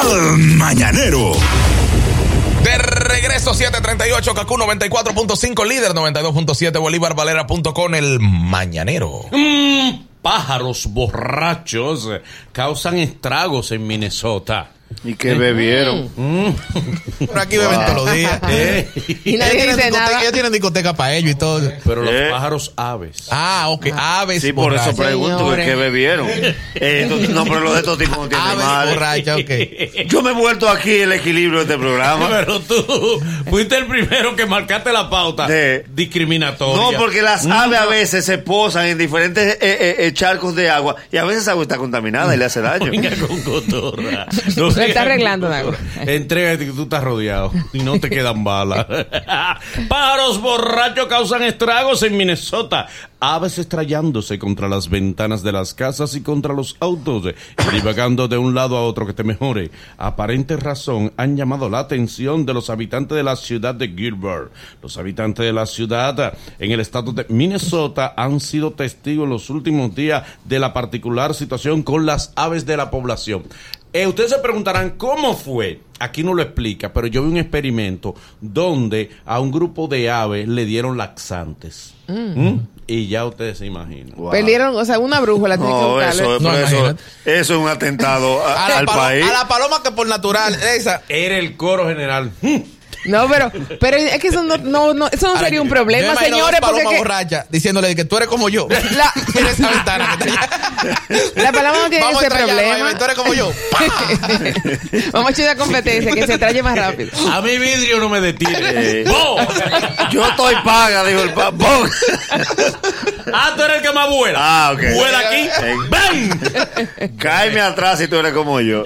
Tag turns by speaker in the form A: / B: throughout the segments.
A: El Mañanero.
B: De regreso 738, Kaku 94.5, líder 92.7, Bolívar Valera.com, el mañanero.
C: Mm, pájaros borrachos causan estragos en Minnesota.
D: ¿Y qué bebieron?
B: Mm. Pero aquí beben todos los días.
D: Eh.
E: Y
B: Ellos
E: nadie
B: tienen
E: dice
B: discoteca-
E: nada.
B: Ellos tienen discoteca para ellos y todo.
C: Pero los
D: ¿Eh?
C: pájaros aves.
B: Ah, ok. Aves.
D: Sí, por eso
B: borrachas.
D: pregunto que
E: Señores.
D: qué bebieron. Eh, entonces, no, pero los de estos tipos no tienen
B: Aves
D: madre.
B: borrachas, ok.
D: Yo me he vuelto aquí el equilibrio de este programa.
C: Pero tú fuiste el primero que marcaste la pauta
D: De-
C: discriminatoria.
D: Eh. No, porque las aves a veces se posan en diferentes eh, eh, eh, charcos de agua y a veces esa agua está contaminada y le hace daño.
C: Venga con cotorra. No venga
E: Se está
C: con
E: arreglando,
C: cotorra.
E: Nago.
C: Entrégate que tú estás rodeado y no te quedan balas. Pájaros borrachos causan estragos en Minnesota. Aves estrellándose contra las ventanas de las casas y contra los autos y divagando de un lado a otro que te mejore. Aparente razón han llamado la atención de los habitantes de la ciudad de Gilbert. Los habitantes de la ciudad en el estado de Minnesota han sido testigos en los últimos días de la particular situación con las aves de la población. Eh, ustedes se preguntarán cómo fue. Aquí no lo explica, pero yo vi un experimento donde a un grupo de aves le dieron laxantes. ¿Mm? Y ya ustedes se imaginan.
D: Wow.
E: Perdieron, o sea, una brújula tiene que
D: No,
E: buscarle.
D: eso, es-
B: No,
D: pero eso,
B: imagínate.
D: eso es un atentado a-
B: A la,
D: al
B: palo-
D: país.
B: a la paloma que por natural, esa.
C: Era el coro general. Mm.
E: No, pero, pero es que eso no, no, no, eso no
B: Ahora,
E: sería un
B: yo- yo
E: problema,
B: imagino dos
E: señores, porque
B: palomas
E: es que
B: borrachas diciéndole que tú eres como yo.
E: La-
B: Mira esa ventana que está allá.
E: la paloma no tiene
B: Vamos a
E: ese
B: estrellarnos, baby,
E: problema.
B: Tú eres como yo.
E: Vamos a echar una competencia que se trae más rápido.
C: A mi vidrio no me detiene.
D: Eh.
C: ¡Bo!
D: Yo estoy paga, dijo el papá.
C: Ah, tú eres el que más vuela.
D: Ah, ok.
C: Vuela aquí.
D: Eh.
C: ¡Bam!
D: Cáeme atrás si tú eres como yo.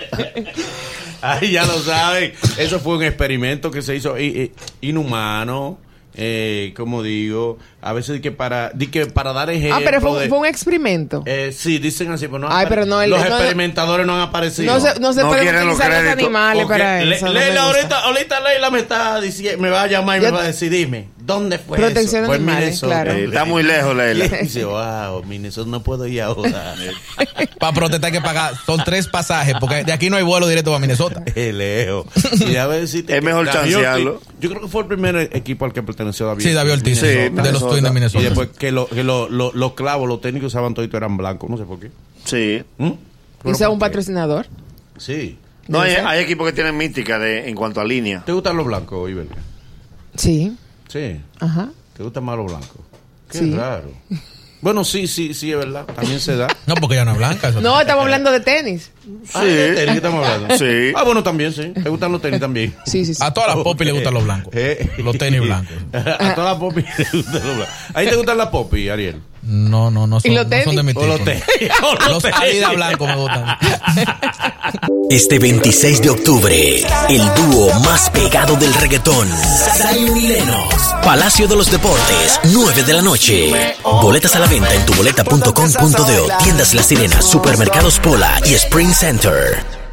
C: Ay, ya lo saben. Eso fue un experimento que se hizo i- i- inhumano. eh, como digo, a veces di que para, di que para dar ejemplo.
D: Eh,
E: Ah, pero fue,
C: de-
E: un- fue un experimento.
C: Eh, sí, dicen así, pero no han
E: Ay,
C: apare-
E: pero no, el-
C: los
E: no, no.
C: experimentadores no, han aparecido.
E: no se, no se
D: no
E: pueden
D: quieren los
E: utilizar los
D: créditos,
E: animales
C: Porque
E: para
C: Le-
E: eso. no
C: Leila,
E: me gusta.
C: ahorita, ahorita Leila me está diciendo, me va a llamar y
E: Yo
C: me va a
E: te-
C: decir, dime, ¿dónde fue
E: Protección
C: eso? Fue en
E: animales,
C: Minnesota.
E: claro.
D: Eh, está muy lejos,
C: Y
D: Leila.
C: ella dice, wow, Minnesota no puedo ir ahora.
B: Para protestar hay que pagar. Son tres pasajes, porque de aquí no hay vuelo directo para Minnesota.
C: Eh, Leo. Y a ver si te-
D: Es mejor
C: David Ortiz-
D: chancearlo.
C: Yo creo que fue el primer equipo al que perteneció David.
B: Sí, David Ortiz.
D: Sí,
B: de los
D: Minnesota.
B: Twins de
C: Y
B: Minnesota.
C: después que, lo- que lo- lo- los clavos, los técnicos usaban todito eran blancos, no sé por qué.
D: Sí.
C: ¿Mm?
E: ¿Y sea un
C: ¿Por qué?
E: patrocinador?
C: Sí.
D: No, hay,
E: Debe ser.
D: hay equipos que tienen mística de, en cuanto a línea.
C: ¿Te gustan los blancos, Iber?
E: Sí.
C: Sí.
E: Ajá.
C: ¿Te gustan más los blancos? Qué
E: Sí.
C: raro. Bueno, sí, sí, sí, es verdad. También se da.
B: No, porque ella no es blanca. eso
E: No, estamos hablando de tenis.
C: Ah, ¿de tenis que estamos hablando?
D: Sí.
C: Ah, bueno, también, sí. ¿Te gustan los tenis también?
E: Sí, sí, sí.
B: A todas las popis le gustan los blancos.
C: Eh.
B: Los tenis blancos.
C: A todas las popis le gustan los blancos. ¿Ahí te gustan las popis, Ariel?
B: No, no, no son,
E: ¿Y los
B: no son de
E: tenis?
B: mi
C: O los
B: tipo.
C: tenis. o
B: Los
C: tenis.
B: Adidas blancos me gustan.
A: Este 26 de octubre, el dúo más pegado del reggaetón, Zion y Lennox, Palacio de los Deportes, 9 de la noche. Boletas a la venta en tuboleta.com.de, tiendas La Sirena, supermercados Pola y Spring Center.